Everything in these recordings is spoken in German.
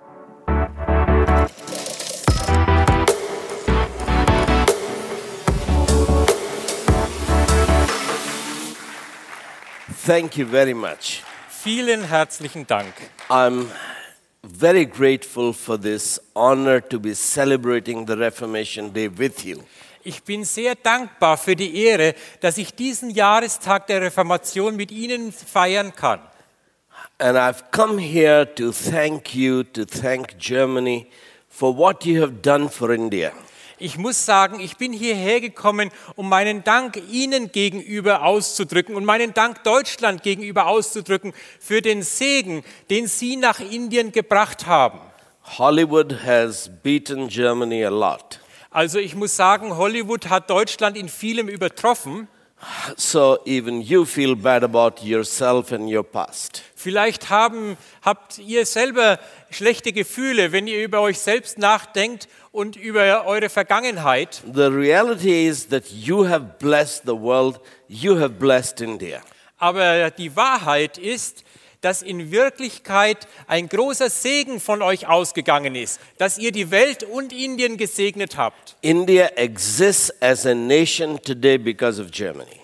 Thank you very much. Vielen herzlichen Dank. I'm very grateful for this honor to be celebrating the Reformation Day with you. Ich bin sehr dankbar für die Ehre, dass ich diesen Jahrestag der Reformation mit Ihnen feiern kann. And I've come here to thank you, to thank Germany for what you have done for India. Ich muss sagen, ich bin hierher gekommen, um meinen Dank Ihnen gegenüber auszudrücken und meinen Dank Deutschland gegenüber auszudrücken für den Segen, den Sie nach Indien gebracht haben. Hollywood has beaten Germany a lot. Also ich muss sagen, Hollywood hat Deutschland in vielem übertroffen. So even you feel bad about yourself and your past. Vielleicht haben, habt ihr selber schlechte Gefühle, wenn ihr über euch selbst nachdenkt und über eure Vergangenheit. The reality is that you have blessed the world, you have blessed India. Aber die Wahrheit ist, dass in Wirklichkeit ein großer Segen von euch ausgegangen ist, dass ihr die Welt und Indien gesegnet habt. India exists as a nation today because of Germany.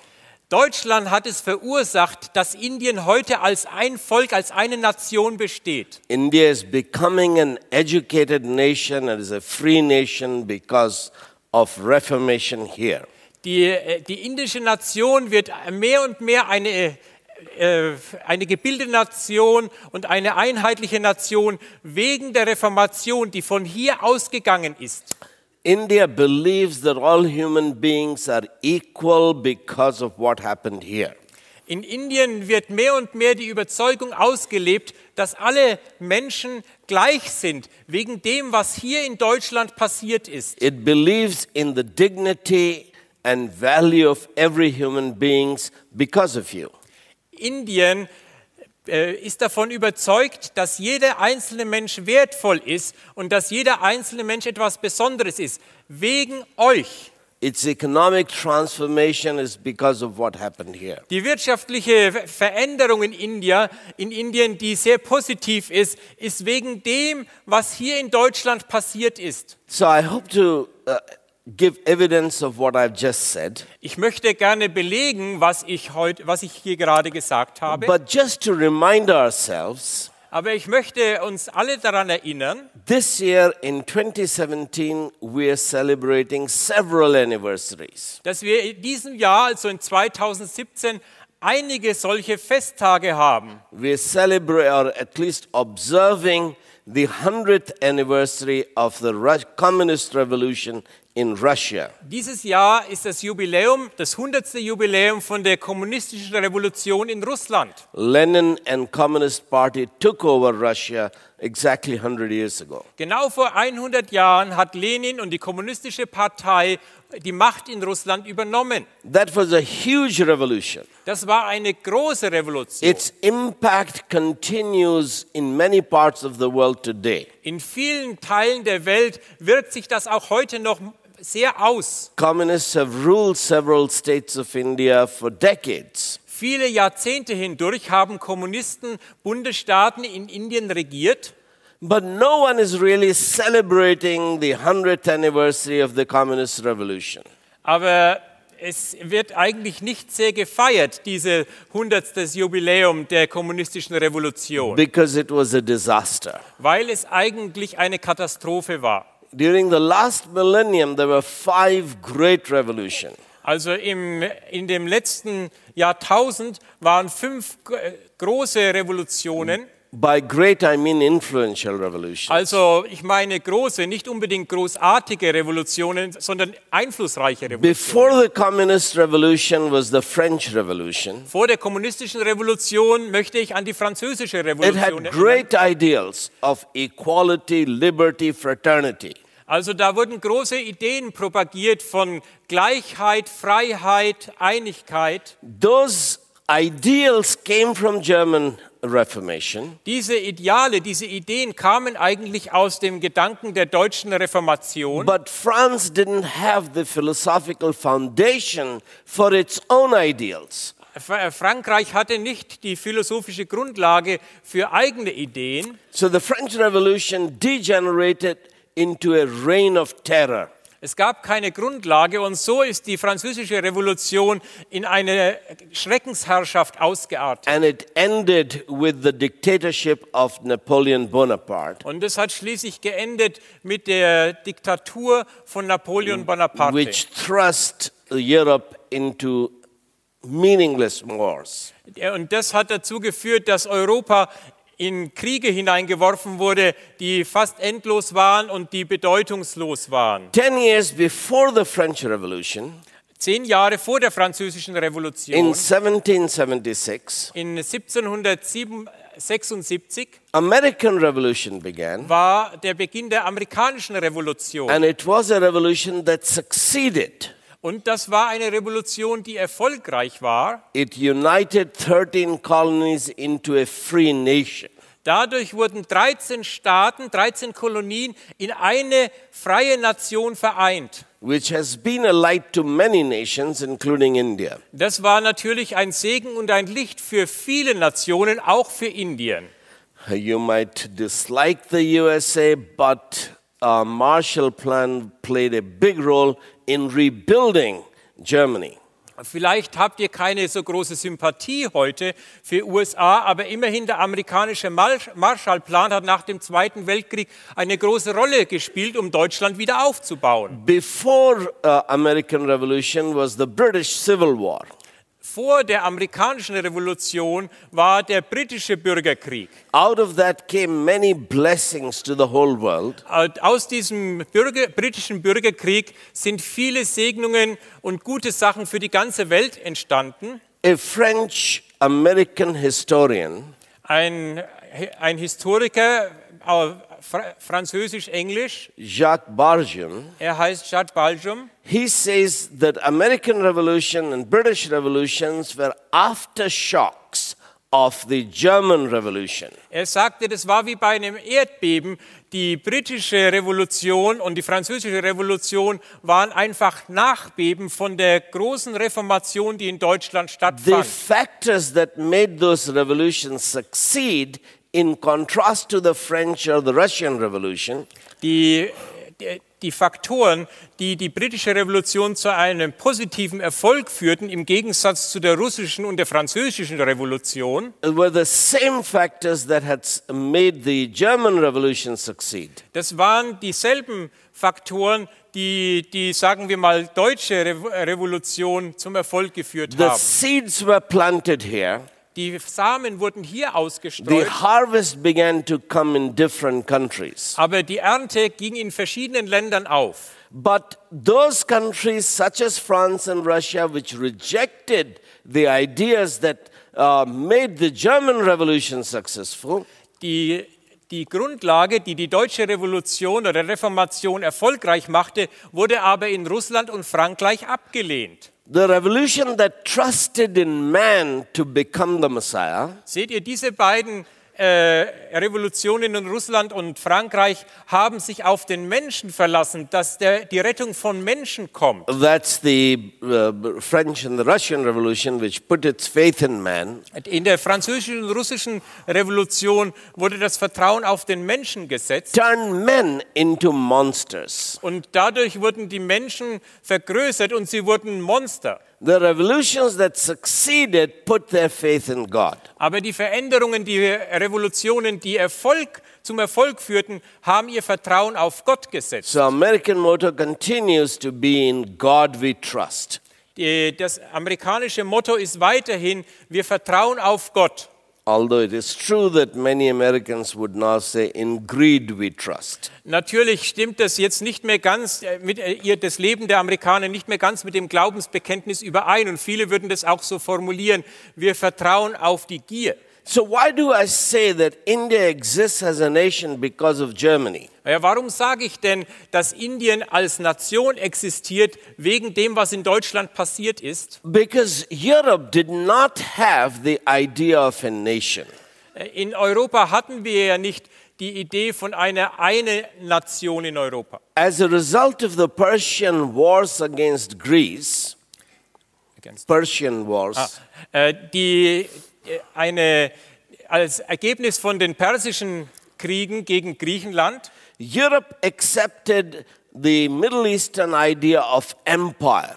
Deutschland hat es verursacht, dass Indien heute als ein Volk, als eine Nation besteht. India is becoming an educated nation and is a free nation because of reformation here. Die, äh, die indische Nation wird mehr und mehr eine, äh, eine gebildete Nation und eine einheitliche Nation wegen der Reformation, die von hier ausgegangen ist. India believes that all human beings are equal because of what happened here. In Indien wird mehr und mehr die Überzeugung ausgelebt, dass alle Menschen gleich sind, wegen dem, was hier in Deutschland passiert ist. It believes in the dignity and value of every human beings because of you. Indien äh, ist davon überzeugt, dass jeder einzelne Mensch wertvoll ist und dass jeder einzelne Mensch etwas Besonderes ist, wegen euch. Its economic transformation is because of what happened here. Die wirtschaftliche Veränderung in, India, in Indien, die sehr positiv ist, ist wegen dem, was hier in Deutschland passiert ist. So I hope to uh, give evidence of what I've just said. Ich möchte gerne belegen, was ich, heute, was ich hier gerade gesagt habe, But just to remind ourselves, aber ich möchte uns alle daran erinnern, this year in 2017, we are celebrating several anniversaries. dass wir in diesem Jahr, also in 2017, einige solche Festtage haben. We celebrate, or at least observing, the 100th anniversary of the Rus- Communist Revolution in Russia. Dieses Jahr ist das Jubiläum, das 100. Jubiläum von der kommunistischen Revolution in Russland. Lenin and Communist Party took over Russia exactly 100 years ago. Genau vor 100 Jahren hat Lenin und die kommunistische Partei die Macht in Russland übernommen. That was a huge revolution. Das war eine große Revolution. Its impact continues in many parts of the world today. In vielen Teilen der Welt wirkt sich das auch heute noch sehr aus. Communists have ruled several states of India for decades. Viele Jahrzehnte hindurch haben Kommunisten Bundesstaaten in Indien regiert, But no one is really celebrating the 100th anniversary of the Communist Revolution. aber es wird eigentlich nicht sehr gefeiert, dieses 100. Jubiläum der kommunistischen Revolution, Because it was a disaster. weil es eigentlich eine Katastrophe war. During the last millennium, there were five great revolutions. Also im, in dem letzten Jahrtausend waren fünf gro- äh, große Revolutionen. By great, I mean influential revolutions. Also ich meine große, nicht unbedingt großartige Revolutionen, sondern einflussreiche Revolutionen. Before the Communist Revolution was the French Revolution. Vor der kommunistischen Revolution möchte ich an die französische It Revolution had erinnern. great ideals of equality, liberty, fraternity. Also da wurden große Ideen propagiert von Gleichheit, Freiheit, Einigkeit. Those ideals came from German Reformation, Diese Ideale, diese Ideen kamen eigentlich aus dem Gedanken der deutschen Reformation. but France didn't have the philosophical foundation for its own ideals. F- äh, Frankreich hatte nicht die philosophische Grundlage für eigene Ideen. So the French Revolution degenerated into a reign of terror. Es gab keine Grundlage und so ist die französische Revolution in eine Schreckensherrschaft ausgeartet. And it ended with the dictatorship of Napoleon Bonaparte, Und es hat schließlich geendet mit der Diktatur von Napoleon Bonaparte, which thrust Europe into meaningless wars. Und das hat dazu geführt, dass Europa in Kriege hineingeworfen wurde, die fast endlos waren und die bedeutungslos waren. Ten years before the French Revolution, Zehn Jahre vor der Französischen in Revolution, 1776, in 1776, American Revolution began, war der Beginn der amerikanischen Revolution. and it was a revolution that succeeded. Und das war eine Revolution, die erfolgreich war. It united 13 colonies into a free nation. Dadurch wurden 13 Staaten, 13 Kolonien in eine freie Nation vereint. which has been a light to many nations, including India. Das war natürlich ein Segen und ein Licht für viele Nationen, auch für Indien. You might dislike the USA, but uh, Marshall Plan played a big role in rebuilding Germany. Vielleicht habt ihr keine so große Sympathie heute für USA, aber immerhin der amerikanische Mar- Marshallplan hat nach dem Zweiten Weltkrieg eine große Rolle gespielt, um Deutschland wieder aufzubauen. Before uh, American Revolution was the British Civil War, Vor der amerikanischen Revolution war der britische Bürgerkrieg. out of that came many blessings to the whole world. Aus diesem Bürger, britischen Bürgerkrieg sind viele Segnungen und gute Sachen für die ganze Welt entstanden. A French American historian Ein, ein Historiker, äh, Fra- französisch-englisch, Jacques Barjum er heißt Jacques Baljum. He says that American Revolution and British revolutions were aftershocks of the German Revolution. Er sagte, das war wie bei einem Erdbeben. Die britische Revolution und die französische Revolution waren einfach Nachbeben von der großen Reformation, die in Deutschland The stattfand. factors that made those revolutions succeed, in contrast to the French or the Russian Revolution, Die, die, die Faktoren, die die britische Revolution zu einem positiven Erfolg führten, im Gegensatz zu der russischen und der französischen Revolution, were the same factors that had s- made the German Revolution succeed. Das waren dieselben Faktoren, die die, sagen wir mal, deutsche Revo- Revolution zum Erfolg geführt The haben. seeds were planted here. Die Samen wurden hier The ausgestreut, harvest began to come in different countries. aber die Ernte ging in verschiedenen Ländern auf. But those countries, such as France and Russia, which rejected the ideas that uh, made the German Revolution successful, Die, die Grundlage, die die deutsche Revolution oder Reformation erfolgreich machte, wurde aber in Russland und Frankreich abgelehnt. the revolution that trusted in man to become the Messiah, Seht ihr, diese beiden äh, Revolutionen in Russland und Frankreich haben sich auf den Menschen verlassen, dass der, die Rettung von Menschen kommt. that's the uh, French and the Russian Revolution, which put its faith in man. In der französischen und russischen Revolution wurde das Vertrauen auf den Menschen gesetzt Turned men into monsters. und dadurch wurden die Menschen vergrößert und sie wurden Monster. The revolutions that succeeded put their faith in God. Aber die Veränderungen, die Revolutionen, die Erfolg zum Erfolg führten, haben ihr Vertrauen auf Gott gesetzt. So, American motto continues to be in God we trust. Die- Das amerikanische Motto ist weiterhin, wir vertrauen auf Gott. Although it is true that many Americans would now say, in greed we trust. Natürlich stimmt das jetzt nicht mehr ganz äh, mit äh, ihr das Leben der Amerikaner nicht mehr ganz mit dem Glaubensbekenntnis überein und viele würden das auch so formulieren, wir vertrauen auf die Gier. So, why do I say that India exists as a nation because of Germany? Ja, warum sage ich denn, dass Indien als Nation existiert wegen dem, was in Deutschland passiert ist? Because Europe did not have the idea of a nation. Äh, In Europa hatten wir ja nicht die Idee von einer eine Nation in Europa. As a result of the Persian wars against Greece, Persian wars, Äh, Die, äh, eine, als Ergebnis von den persischen Kriegen gegen Griechenland Europe accepted the Middle Eastern idea of empire.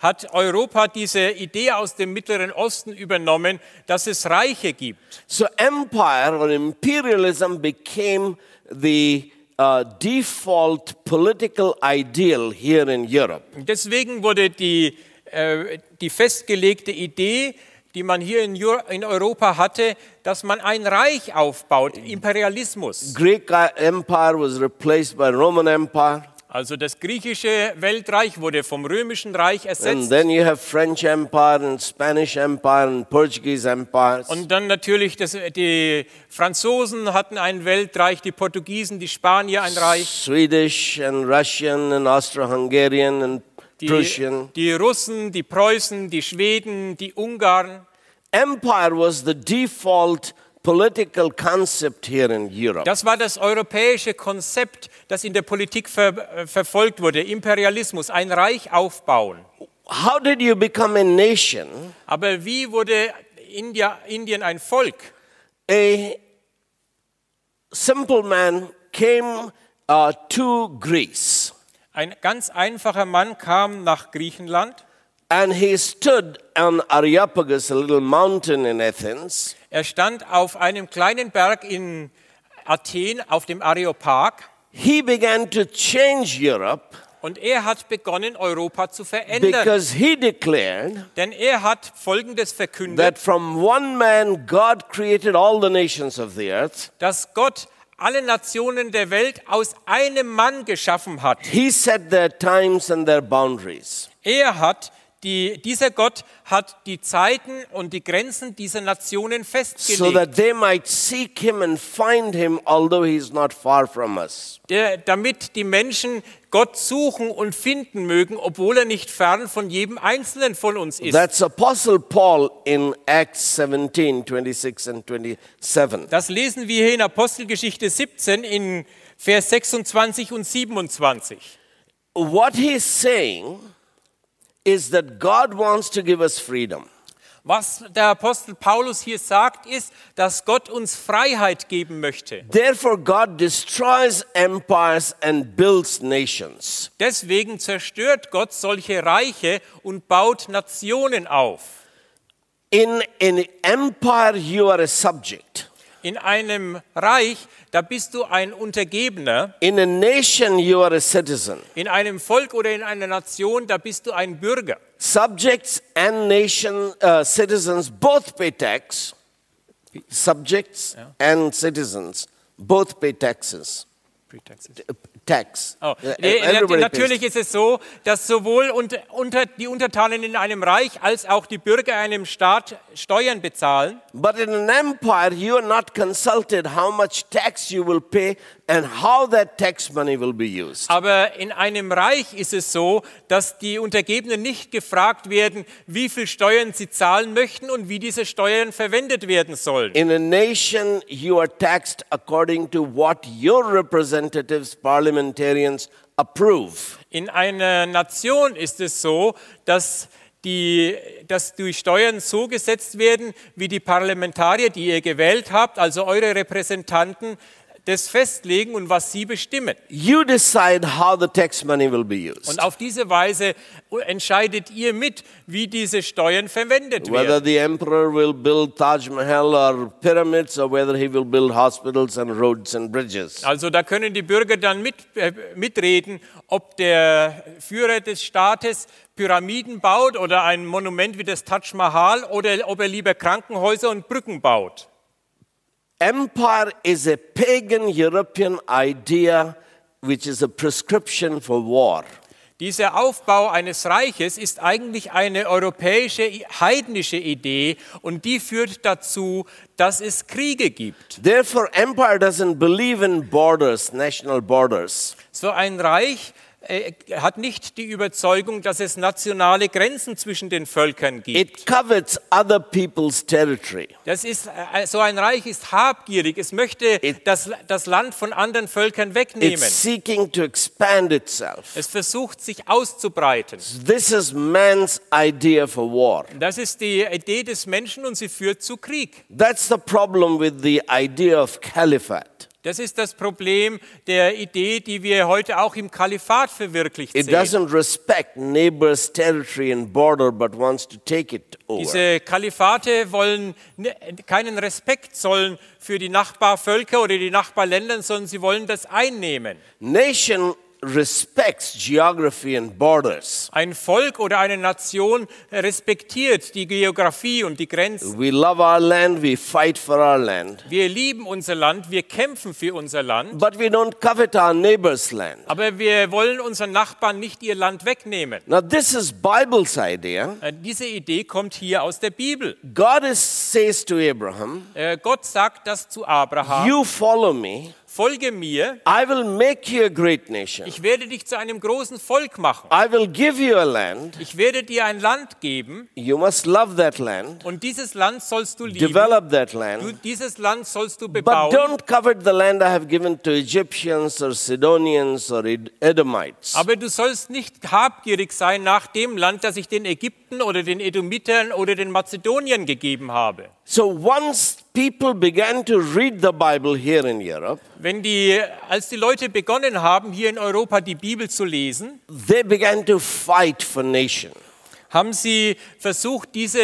hat Europa diese Idee aus dem Mittleren Osten übernommen, dass es Reiche gibt. So, empire or imperialism became the uh, default political ideal here in Europe. Und deswegen wurde die, äh, die festgelegte Idee, die man hier in, Euro- in Europa hatte, dass man ein Reich aufbaut, Imperialismus. Greek uh, Empire was replaced by Roman Empire, Also das griechische Weltreich wurde vom römischen Reich and ersetzt. then you have French Empire and Spanish Empire and Portuguese empires. Und dann natürlich, das, die Franzosen hatten ein Weltreich, die Portugiesen, die Spanier ein Reich, Swedish and Russian and Austro-Hungarian and die, Prussian. die Russen, die Preußen, die Schweden, die Ungarn. Empire was the default political concept here in Europe. Das war das europäische Konzept, das in der Politik ver, äh, verfolgt wurde. Imperialismus, ein Reich aufbauen. How did you become a nation? Aber wie wurde India, Indien ein Volk? A simple man came uh, to Greece Ein ganz einfacher Mann kam nach Griechenland. and he stood on Areopagus, a little mountain in Athens, Er stand auf einem kleinen Berg in Athen, auf dem Areopag. he began to change Europe Und er hat begonnen, Europa zu verändern. because he declared Denn er hat Folgendes verkündet, that from one man God created all the nations of the earth. dass Gott alle Nationen der Welt aus einem Mann geschaffen hat. He set their times and their boundaries. Er hat die, dieser Gott hat die Zeiten und die Grenzen dieser Nationen So festgelegt, that they might seek him and find him, although he is not far from us. der, damit die Menschen Gott suchen und finden mögen, obwohl er nicht fern von jedem Einzelnen von uns ist. That's Apostle Paul in Acts 17 26 and 27. Das lesen wir hier in Apostelgeschichte 17 in Vers 26 und 27. What he's saying is that God wants to give us freedom. Was der Apostel Paulus hier sagt, ist, dass Gott uns Freiheit geben möchte. Therefore, God destroys empires and builds nations. Deswegen zerstört Gott solche Reiche und baut Nationen auf. In an empire, you are a subject. In einem Reich, da bist du ein Untergebener. In a nation, you are a citizen. In einem Volk oder in einer Nation, da bist du ein Bürger. Subjects and nation uh, citizens both pay tax. Subjects and citizens both pay taxes. Tax. Oh. Uh, Nee, everybody pays natürlich ist es so, dass sowohl unter, unter, die Untertanen in einem Reich als auch die Bürger einem Staat Steuern bezahlen. But in an empire, you are not consulted how much tax you will pay and how that tax money will be used. Aber in einem Reich ist es so, dass die Untergebenen nicht gefragt werden, wie viel Steuern sie zahlen möchten und wie diese Steuern verwendet werden sollen. In a nation, you are taxed according to what your representatives, parliamentarians, approve. In einer Nation ist es so, dass die, dass die Steuern so gesetzt werden, wie die Parlamentarier, die ihr gewählt habt, also eure Repräsentanten, das festlegen und was sie bestimmen. You decide how the tax money will be used. Und auf diese Weise entscheidet ihr mit, wie diese Steuern verwendet werden. Whether the emperor will build Taj Mahal or pyramids, or whether he will build hospitals and roads and bridges. Also da können die Bürger dann mit, äh, mitreden, ob der Führer des Staates Pyramiden baut oder ein Monument wie das Taj Mahal oder ob er lieber Krankenhäuser und Brücken baut. Empire is a pagan European idea which is a prescription for war. Dieser Aufbau eines Reiches ist eigentlich eine europäische heidnische Idee und die führt dazu, dass es Kriege gibt. Therefore, empire doesn't believe in borders, national borders. So ein Reich äh, hat nicht die Überzeugung, dass es nationale Grenzen zwischen den Völkern gibt. It covets other people's territory. Das ist, äh, so ein Reich ist habgierig. Es möchte das, das Land von anderen Völkern It's wegnehmen. seeking to expand itself. Es versucht, sich auszubreiten. This is man's idea for war. Das ist die Idee des Menschen und sie führt zu Krieg. That's the problem with the idea of caliphate. Das ist das Problem der Idee, die wir heute auch im Kalifat verwirklicht It sehen. doesn't respect neighbor's territory and border but wants to take it over. Diese Kalifate wollen ne- keinen Respekt zollen für die Nachbarvölker oder die Nachbarländer, sondern sie wollen das einnehmen. Nation respects geography and borders. Ein Volk oder eine Nation respektiert die Geografie und die Grenzen. We love our land, we fight for our land, Wir lieben unser Land, wir kämpfen für unser Land, but we don't covet our neighbor's land. aber wir wollen unseren Nachbarn nicht ihr Land wegnehmen. Now this is Bible's idea. Äh, Diese Idee kommt hier aus der Bibel. God is, says to Abraham, Äh, Gott sagt das zu Abraham, you follow me, folge mir, I will make you a great nation. ich werde dich zu einem großen Volk machen. I will give you a land. Ich werde dir ein Land geben You must love that land, und dieses Land sollst du lieben. develop that Du, land. dieses Land sollst du But bebauen, don't covet the land I have given to Egyptians or Sidonians or Ed- Edomites. aber du sollst nicht habgierig sein nach dem Land, das ich den Ägypten oder den Edomitern oder den Mazedoniern gegeben habe. So once people began to read the Bible here in Europe, Wenn die, als die Leute begonnen haben, hier in Europa die Bibel zu lesen, they began to fight for nation. haben sie versucht, diese,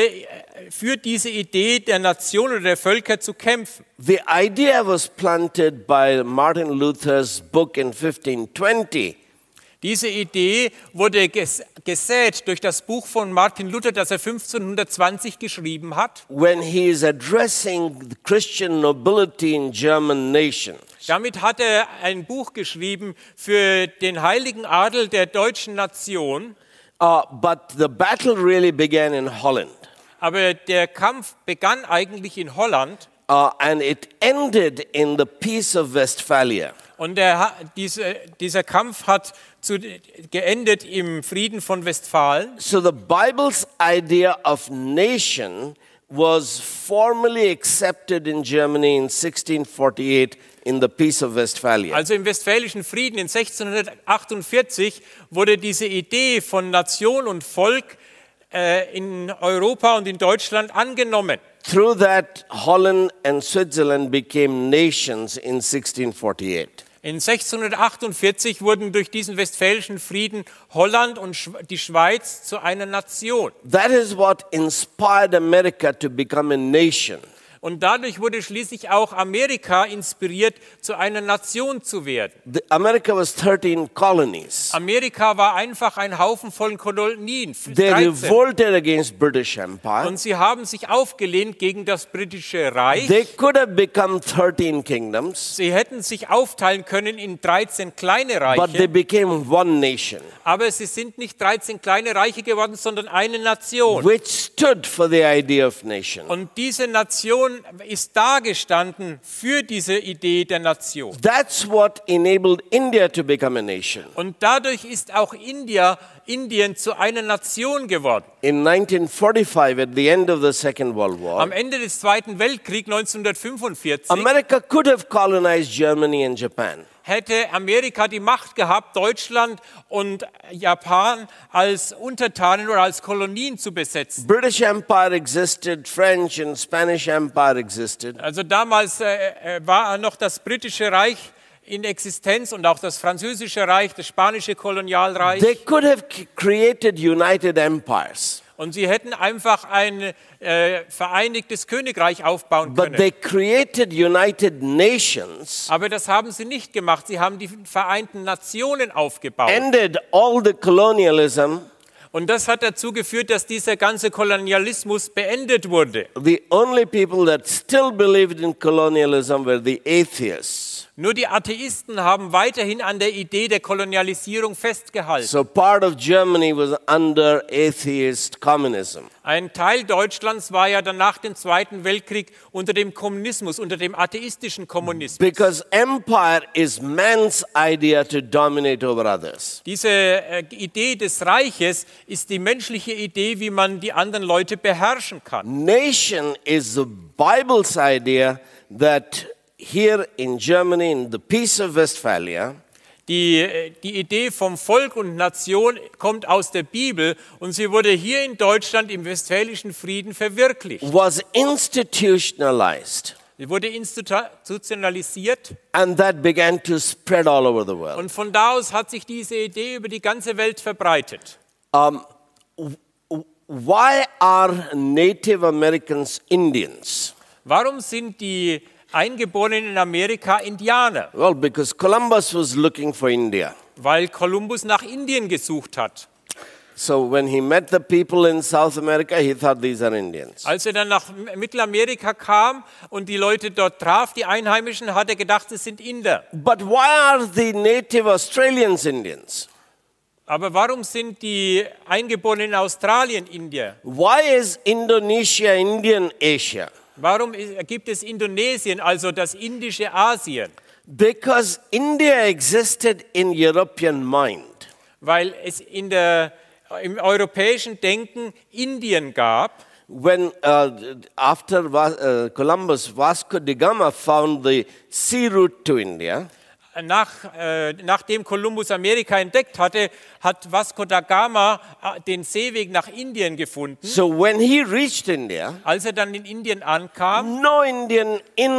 für diese Idee der Nation oder der Völker zu kämpfen. The idea was planted by Martin Luther's book in 1520. Diese Idee wurde ges gesät durch das Buch von Martin Luther, das er 1520 geschrieben hat. when he is addressing the Christian nobility in German nation. Damit hat er ein Buch geschrieben für den heiligen Adel der deutschen Nation. Uh, but the battle really began in Holland, Aber der Kampf begann eigentlich in Holland uh, and it ended in the Peace of Westphalia. und der, ha- diese, dieser Kampf hat zu, geendet im Frieden von Westfalen. So the Bible's idea of nation was formally accepted in Germany in 1648 in the Peace of Westphalia. Also im Westfälischen Frieden in 1648 wurde diese Idee von Nation und Volk äh, in Europa und in Deutschland angenommen. Through that, Holland and Switzerland became nations in 1648. In 1648 wurden durch diesen westfälischen Frieden Holland und Schw- die Schweiz zu einer Nation. That is what inspired America to become a nation. Und dadurch wurde schließlich auch Amerika inspiriert, zu einer Nation zu werden. The, America was 13 colonies. Uh, Amerika war einfach ein Haufen von Kolonien, They 13. revolted against British Empire. Und sie haben sich aufgelehnt gegen das britische Reich. They could have become 13 kingdoms, Sie hätten sich aufteilen können in 13 kleine but they Reiche, became one nation, aber sie sind nicht 13 kleine Reiche geworden, sondern eine Nation. which stood for the idea of nation. Und diese Nation ist dagestanden für diese Idee der Nation. That's what enabled India to become a nation. Und dadurch ist auch India, Indien zu einer Nation geworden. In 1945, at the end of the Second World Am War, Ende des Zweiten Weltkriegs 1945 America could have colonized Germany and Japan. hätte Amerika die Macht gehabt, Deutschland und Japan als Untertanen oder als Kolonien zu besetzen. British Empire existed, French and Spanish Empire existed. Also damals äh, äh, war noch das britische Reich in Existenz und auch das französische Reich, das spanische Kolonialreich. They could have c- created united empires, Und sie hätten einfach ein äh, vereinigtes Königreich aufbauen but können. they created united nations, Aber das haben sie nicht gemacht. Sie haben die Vereinten Nationen aufgebaut ended all the colonialism, Und das hat dazu geführt, dass dieser ganze Kolonialismus beendet wurde. The only people that still believed in colonialism were the atheists. Nur die Atheisten haben weiterhin an der Idee der Kolonialisierung festgehalten. So part of Germany was under atheist communism. Ein Teil Deutschlands war ja dann nach dem Zweiten Weltkrieg unter dem Kommunismus, unter dem atheistischen Kommunismus. Because empire is man's idea to dominate over others. Diese äh, Idee des Reiches ist die menschliche Idee, wie man die anderen Leute beherrschen Hm. kann. Nation is the Bible's idea that here in Germany, in the Peace of Westphalia, Die, äh, die Idee vom Volk und Nation kommt aus der Bibel und sie wurde hier in Deutschland im Westfälischen Frieden verwirklicht. was institutionalized. Sie wurde institutionalisiert And that began to spread all over the world. und von da aus hat sich diese Idee über die ganze Welt verbreitet. Um, Why are Native Americans Indians? Warum sind die Eingeborenen in Amerika Indianer? Well, because Columbus was looking for India. Weil Kolumbus nach Indien gesucht hat. So when he met the people in South America, he thought these are Indians. Als er dann nach M- Mittelamerika kam und die Leute dort traf, die Einheimischen, hat er gedacht, es sind Inder. But why are the native Australians Indians? Aber warum sind die Eingeborenen in Australien Indier? Why is Indonesia Indian Asia? Warum i- gibt es Indonesien, also das indische Asien? Because India existed in European mind. Weil es in der, im europäischen Denken Indien gab. When uh, after Va- uh, Columbus, Vasco da Gama found the sea route to India, Nach, äh, nachdem Kolumbus Amerika entdeckt hatte, hat Vasco da Gama äh, den Seeweg nach Indien gefunden. so when he reached India, Als er dann in Indien ankam, No Indian in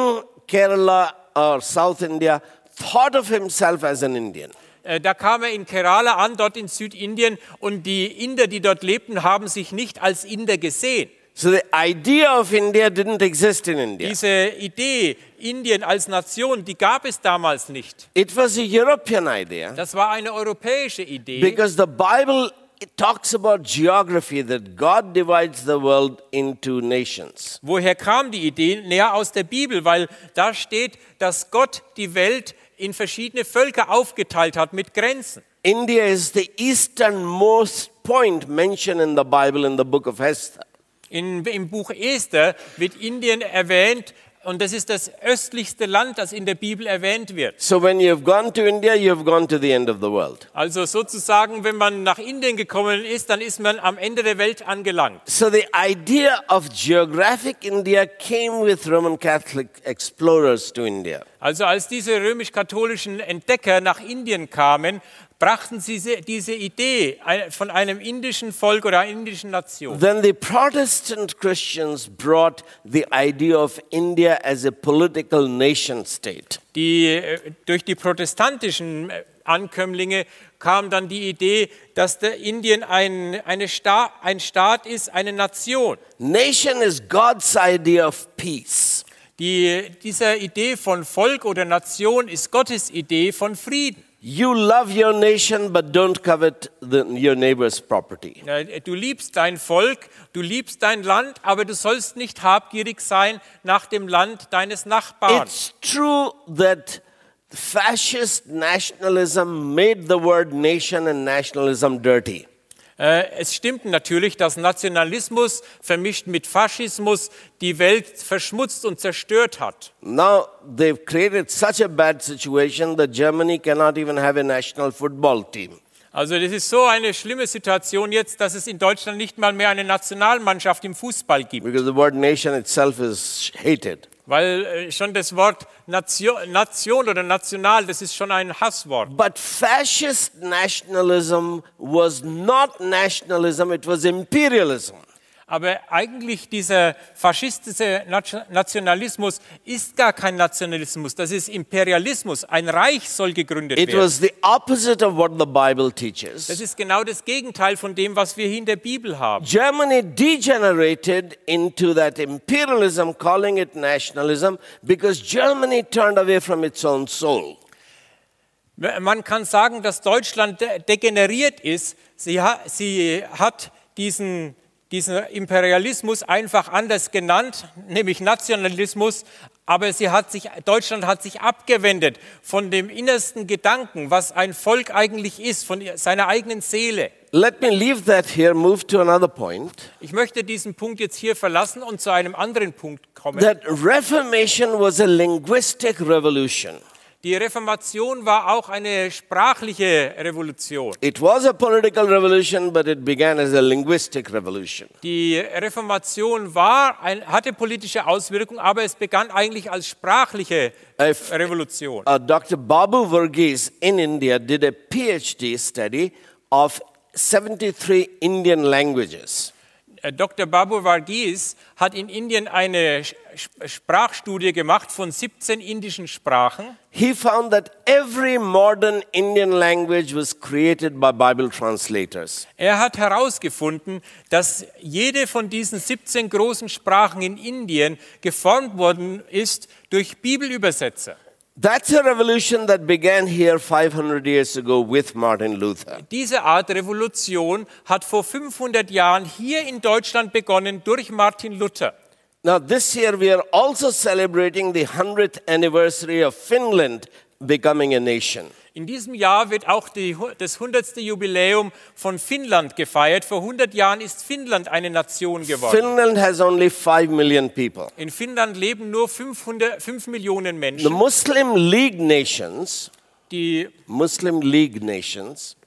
Kerala or South India thought of himself as an Indian. äh, da kam er in Kerala an, dort in Südindien, und die Inder, die dort lebten, haben sich nicht als Inder gesehen. So the idea of India didn't exist in India. Diese Idee, Indien als Nation, die gab es damals nicht. It was a European idea Das war eine europäische Idee, because the Bible it talks about geography that God divides the world into nations. Woher kam die Idee? Näher aus der Bibel, weil da steht, dass Gott die Welt in verschiedene Völker aufgeteilt hat mit Grenzen. India is the easternmost point mentioned in the Bible in the book of Esther. In, Im Buch Esther wird Indien erwähnt und das ist das östlichste Land, das in der Bibel erwähnt wird. So when you've gone to India, you've gone to the end of the world. Also sozusagen, wenn man nach Indien gekommen ist, dann ist man am Ende der Welt angelangt. So the idea of geographic India came with Roman Catholic explorers to India. Also als diese römisch-katholischen Entdecker nach Indien kamen, brachten sie se- diese Idee ein- von einem indischen Volk oder einer indischen Nation. Then the Protestant Christians brought the idea of India as a political nation state. Die, äh, durch die protestantischen äh, Ankömmlinge kam dann die Idee, dass der Indien ein, eine Sta ein Staat ist, eine Nation. Nation is God's idea of peace. Die, dieser Idee von Volk oder Nation ist Gottes Idee von Frieden. You love your nation, but don't covet the, your neighbor's property. Äh, Du liebst dein Volk, du liebst dein Land, aber du sollst nicht habgierig sein nach dem Land deines Nachbarn. It's true that fascist nationalism made the word nation and nationalism dirty. Äh, Es stimmt natürlich, dass Nationalismus vermischt mit Faschismus die Welt verschmutzt und zerstört hat. Now they've created such a bad situation that Germany cannot even have a national football team. Also das ist so eine schlimme Situation jetzt, dass es in Deutschland nicht mal mehr eine Nationalmannschaft im Fußball gibt, Because the word nation itself is hated. weil äh, schon das Wort Nation, Nation oder National, das ist schon ein Hasswort. But fascist nationalism was not nationalism, it was imperialism. Aber eigentlich dieser faschistische Nat- Nationalismus ist gar kein Nationalismus, das ist Imperialismus. Ein Reich soll gegründet It werden. was the opposite of what the Bible Das teaches. ist genau das Gegenteil von dem, was wir hier in der Bibel haben. Germany degenerated into that imperialism, calling it nationalism, because Germany turned away from its own soul. Man kann sagen, dass Deutschland de- degeneriert ist. Sie, ha sie hat diesen, diesen Imperialismus einfach anders genannt, nämlich Nationalismus. Aber sie hat sich, Deutschland hat sich abgewendet von dem innersten Gedanken, was ein Volk eigentlich ist, von seiner eigenen Seele. Let me leave that here, move to another point. Ich möchte diesen Punkt jetzt hier verlassen und zu einem anderen Punkt kommen. That Reformation was a linguistic revolution. Die Reformation war auch eine sprachliche Revolution. It was a political revolution, but it began as a linguistic revolution. Die Reformation war, ein, hatte politische Auswirkungen, aber es begann eigentlich als sprachliche Äh, f- Revolution. Uh, Dr. Babu Varghese in India did a PhD study of 73 Indian languages. Äh, Dr. Babu Varghese hat in Indien eine Sch- Sch- Sprachstudie gemacht von 17 indischen Sprachen. He found that every modern Indian language was created by Bible translators. Er hat herausgefunden, dass jede von diesen 17 großen Sprachen in Indien geformt worden ist durch Bibelübersetzer. That's a revolution that began here 500 years ago with Martin Luther. Diese Art Revolution hat vor 500 Jahren hier in Deutschland begonnen durch Martin Luther. Now, this year we are also celebrating the 100th anniversary of Finland becoming a nation. In diesem Jahr wird auch die, das 100. Jubiläum von Finnland gefeiert. Vor 100 Jahren ist Finnland eine Nation geworden. Finland has only 5 million people. In Finnland leben nur 500, 5 Millionen The Menschen. Muslim League nations, Die, Muslim League nations,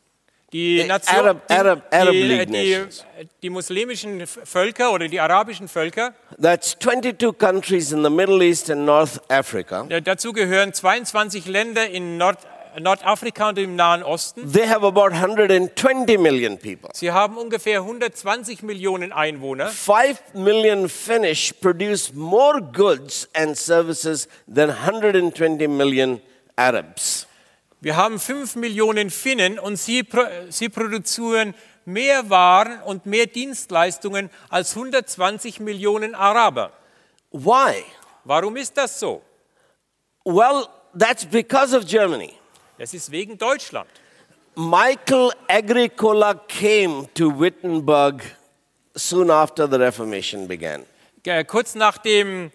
die, The Nation, Äh, Arab- Arab- Arab die, League die, nations. die muslimischen Völker oder die arabischen Völker, that's 22 countries in the Middle East and North Africa, äh, dazu gehören 22 Länder in Nord, Nordafrika und im Nahen Osten. they have about 120 million people. Sie haben ungefähr 120 Millionen Einwohner. 5 million Finnish produce more goods and services than 120 million Arabs. Wir haben 5 Millionen Finnen und sie, pro, sie produzieren mehr Waren und mehr Dienstleistungen als 120 Millionen Araber. Why? Warum ist das so? Well, that's because of Germany. Das ist wegen Deutschland. Michael Agricola came to Wittenberg soon after the Reformation began. Äh, Kurz nachdem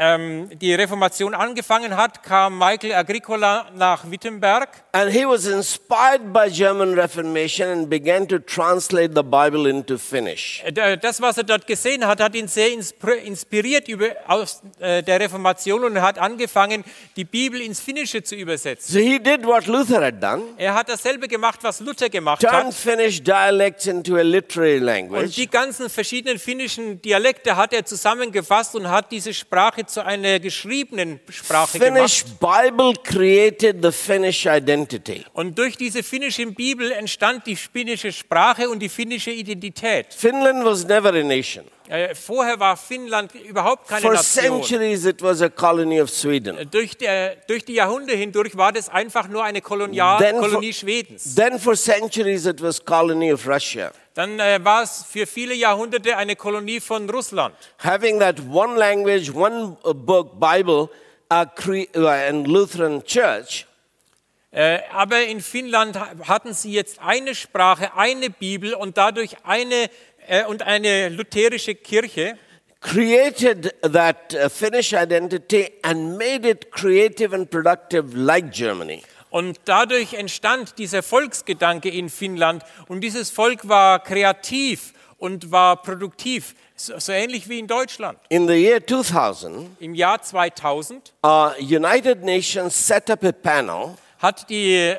ähm, die Reformation angefangen hat, kam Michael Agricola nach Wittenberg And he was inspired by German Reformation and began to translate the Bible into Finnish. Äh, Das, was er dort gesehen hat, hat ihn sehr inspir- inspiriert über, aus äh, der Reformation und hat angefangen, die Bibel ins Finnische zu übersetzen. So he did what Luther had done, Er hat dasselbe gemacht, was Luther gemacht turned hat. Finnish dialects into a literary Und language. die ganzen verschiedenen finnischen Dialekte hat er zusammengefasst und hat diese Sprache zu einer geschriebenen Sprache Finnish gemacht. Bible created the Finnish identity. Und durch diese finnische Bibel entstand die finnische Sprache und die finnische Identität. Finland was never a nation. Äh, Vorher war Finnland überhaupt keine For Nation. Äh, centuries, it was a colony of Sweden. Durch, der, durch die Jahrhunderte hindurch war das einfach nur eine Kolonial Then for- Kolonie Schwedens. Then, for centuries, it was colony of Russia. Dann äh, war es für viele Jahrhunderte eine Kolonie von Russland. Having that one language, one uh, book, Bible, uh, cre- uh, and Lutheran Church, Äh, aber in Finnland ha- hatten sie jetzt eine Sprache, eine Bibel und dadurch eine äh, und eine lutherische Kirche. created that uh, Finnish identity and made it creative and productive, like Germany. Und dadurch entstand dieser Volksgedanke in Finnland. Und dieses Volk war kreativ und war produktiv, so, so ähnlich wie in Deutschland. In the year 2000, Im Jahr 2000 uh, United Nations set up a panel. hat die,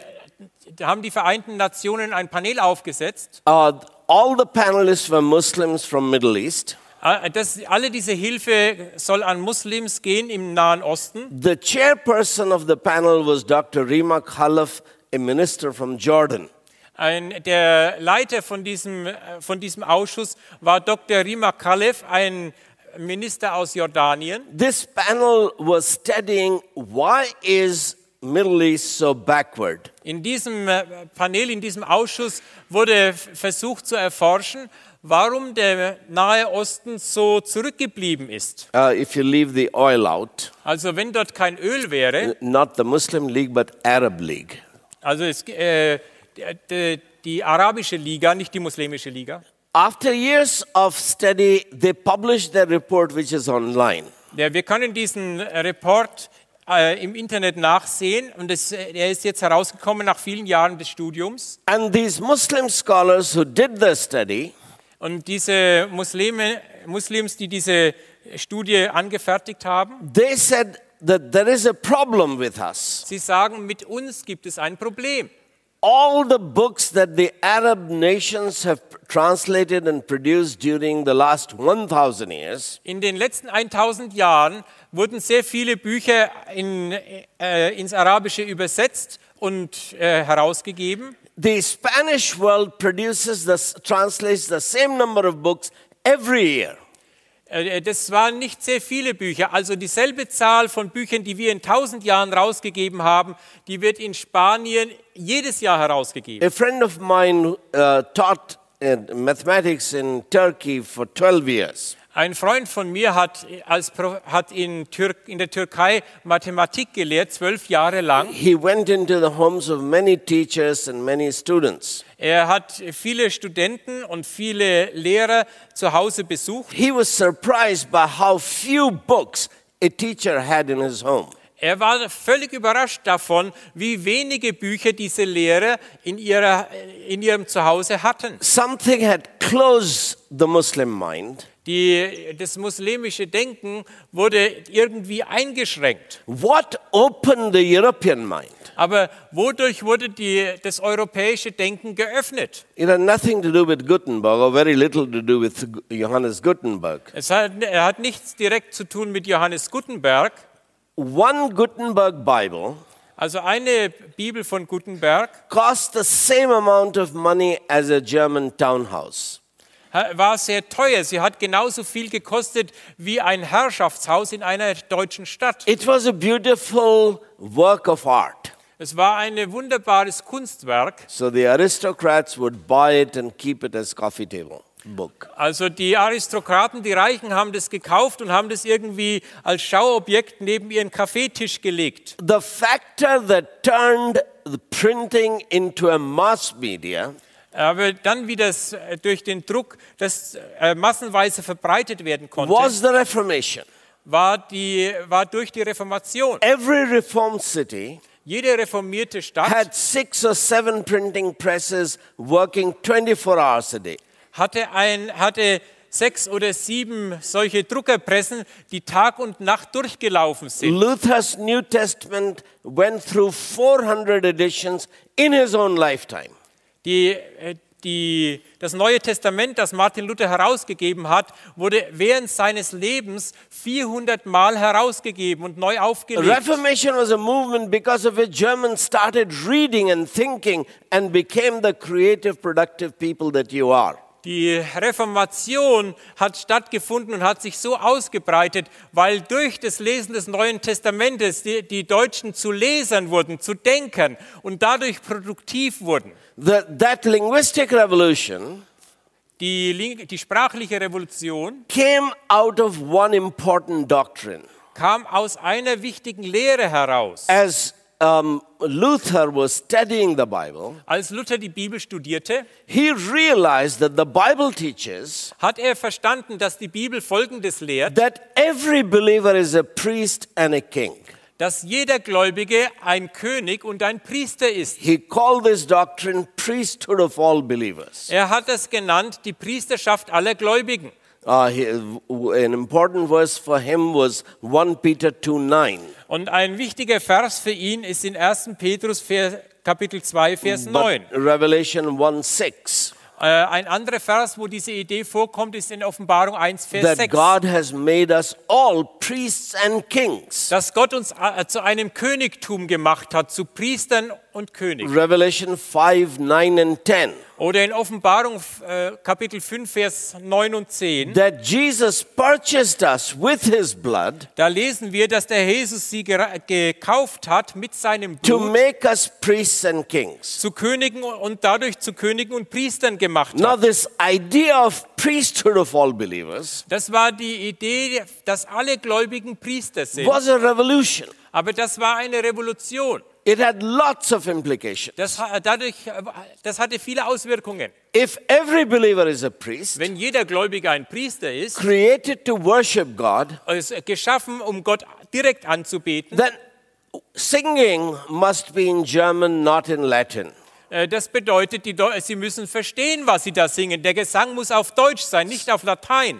haben die Vereinten Nationen ein Panel aufgesetzt. Uh, all the panelists were Muslims from Middle East. Äh, Das, alle diese Hilfe soll an Muslims gehen im Nahen Osten. The chairperson of the panel was Dr. Rima Khalaf, a minister from Jordan. Ein, der Leiter von diesem, äh, von diesem Ausschuss war Dr. Rima Khalef, ein Minister aus Jordanien. This panel was studying why is Middle East so backward? In diesem äh, Panel, in diesem Ausschuss wurde f- versucht zu erforschen, warum der Nahe Osten so zurückgeblieben ist. Uh, if you leave the oil out, Also wenn dort kein Öl wäre, not the Muslim League but Arab League. Also es, äh, d- d- die arabische Liga, nicht die muslimische Liga. After years of study, they published their report, which is online. Ja, wir können diesen Report äh, im Internet nachsehen und es, äh, er ist jetzt herausgekommen nach vielen Jahren des Studiums. And these Muslim scholars who did the study, Und diese Muslime, Muslims, die diese Studie angefertigt haben, they said that there is a problem with us. sie sagen, mit uns gibt es ein Problem. All the books that the Arab nations have translated and produced during the last 1,000 years In den letzten 1000 Jahren wurden sehr viele Bücher in, äh, ins Arabische übersetzt und äh, herausgegeben. The Spanish world produces this, translates the same number of books every year. Äh, Das waren nicht sehr viele Bücher. Also dieselbe Zahl von Büchern, die wir in 1000 Jahren rausgegeben haben, die wird in Spanien jedes Jahr herausgegeben. A friend of mine uh, taught uh, mathematics in Turkey for 12 years. Ein Freund von mir hat, äh, als, Pro- hat in, Türk, in der Türkei Mathematik gelehrt, zwölf Jahre lang. He went into the homes of many teachers and many students. Er hat viele Studenten und viele Lehrer zu Hause besucht. He was surprised by how few books a teacher had in his home. Er war völlig überrascht davon, wie wenige Bücher diese Lehrer in, ihrer, äh, in ihrem Zuhause hatten. Something had closed the Muslim mind. Die, das muslimische Denken wurde irgendwie eingeschränkt. What opened the European mind? Aber wodurch wurde die, das europäische Denken geöffnet? It had nothing to do with Gutenberg, or very little to do with Gu- Johannes Gutenberg. Es hat, er hat nichts direkt zu tun mit Johannes Gutenberg. One Gutenberg Bible Also eine Bibel von Gutenberg cost the same amount of money as a German townhouse. ha- war sehr teuer. Sie hat genauso viel gekostet wie ein Herrschaftshaus in einer deutschen Stadt. It was a beautiful work of art. Es war ein wunderbares Kunstwerk. So the aristocrats would buy it and keep it as coffee table book. Also die Aristokraten, die Reichen haben das gekauft und haben das irgendwie als Schauobjekt neben ihren Kaffeetisch gelegt. The factor that turned the printing into a mass media Aber dann, wie das äh, durch den Druck, das äh, massenweise verbreitet werden konnte, was the Reformation. war, die, war durch die Reformation. Every reformed city Jede reformierte Stadt had six or seven printing presses working 24 hours a day. hatte, ein, hatte sechs oder sieben solche Druckerpressen, die Tag und Nacht durchgelaufen sind. Luther's New Testament went through 400 editions in his own lifetime. Die, äh, die, das Neue Testament, das Martin Luther herausgegeben hat, wurde während seines Lebens 400 Mal herausgegeben und neu The aufgelegt. Reformation was a movement because of which Germans started reading and thinking and became the creative, productive people that you are. Die Reformation hat stattgefunden und hat sich so ausgebreitet, weil durch das Lesen des Neuen Testamentes die, die Deutschen zu Lesern wurden, zu Denkern und dadurch produktiv wurden. The, that linguistic revolution Die, Lin- die sprachliche Revolution came out of one important doctrine. kam aus einer wichtigen Lehre heraus. As um, Luther was studying the Bible, Als Luther die Bibel studierte, he realized that the Bible teaches hat er verstanden, dass die Bibel Folgendes lehrt, that every believer is a priest and a king. dass jeder Gläubige ein König und ein Priester ist. He called this doctrine priesthood of all believers. Er hat es genannt, die Priesterschaft aller Gläubigen. Uh, he- an important verse for him was 1 Peter 2 9. Und ein wichtiger Vers für ihn ist in 1. Petrus Ver- Kapitel 2, Vers 9. Revelation 1 6. Äh, ein anderer Vers, wo diese Idee vorkommt, ist in Offenbarung 1, Vers That 6. God has made us all priests and kings. Dass Gott uns äh, zu einem Königtum gemacht hat, zu Priestern und Königen. Revelation 5 9 and 10. Oder in Offenbarung äh, Kapitel 5, Vers 9 und 10. That Jesus purchased us with his blood Da lesen wir, dass der Jesus sie gera- gekauft hat mit seinem to Blut make us priests and kings. zu Königen und dadurch zu Königen und Priestern gemacht Now, hat. this idea of priesthood of all believers Das war die Idee, dass alle Gläubigen Priester sind. was a revolution. Aber das war eine Revolution. It had lots of implications. Das, ha- dadurch, äh, das hatte viele Auswirkungen. If every believer is a priest, Wenn jeder Gläubige ein Priester ist, created to worship God, ist geschaffen, um Gott direkt anzubeten, then singing must be in German, not in Latin. äh, das bedeutet, die Deu- sie müssen verstehen, was sie da singen. Der Gesang muss auf Deutsch sein, nicht auf Latein.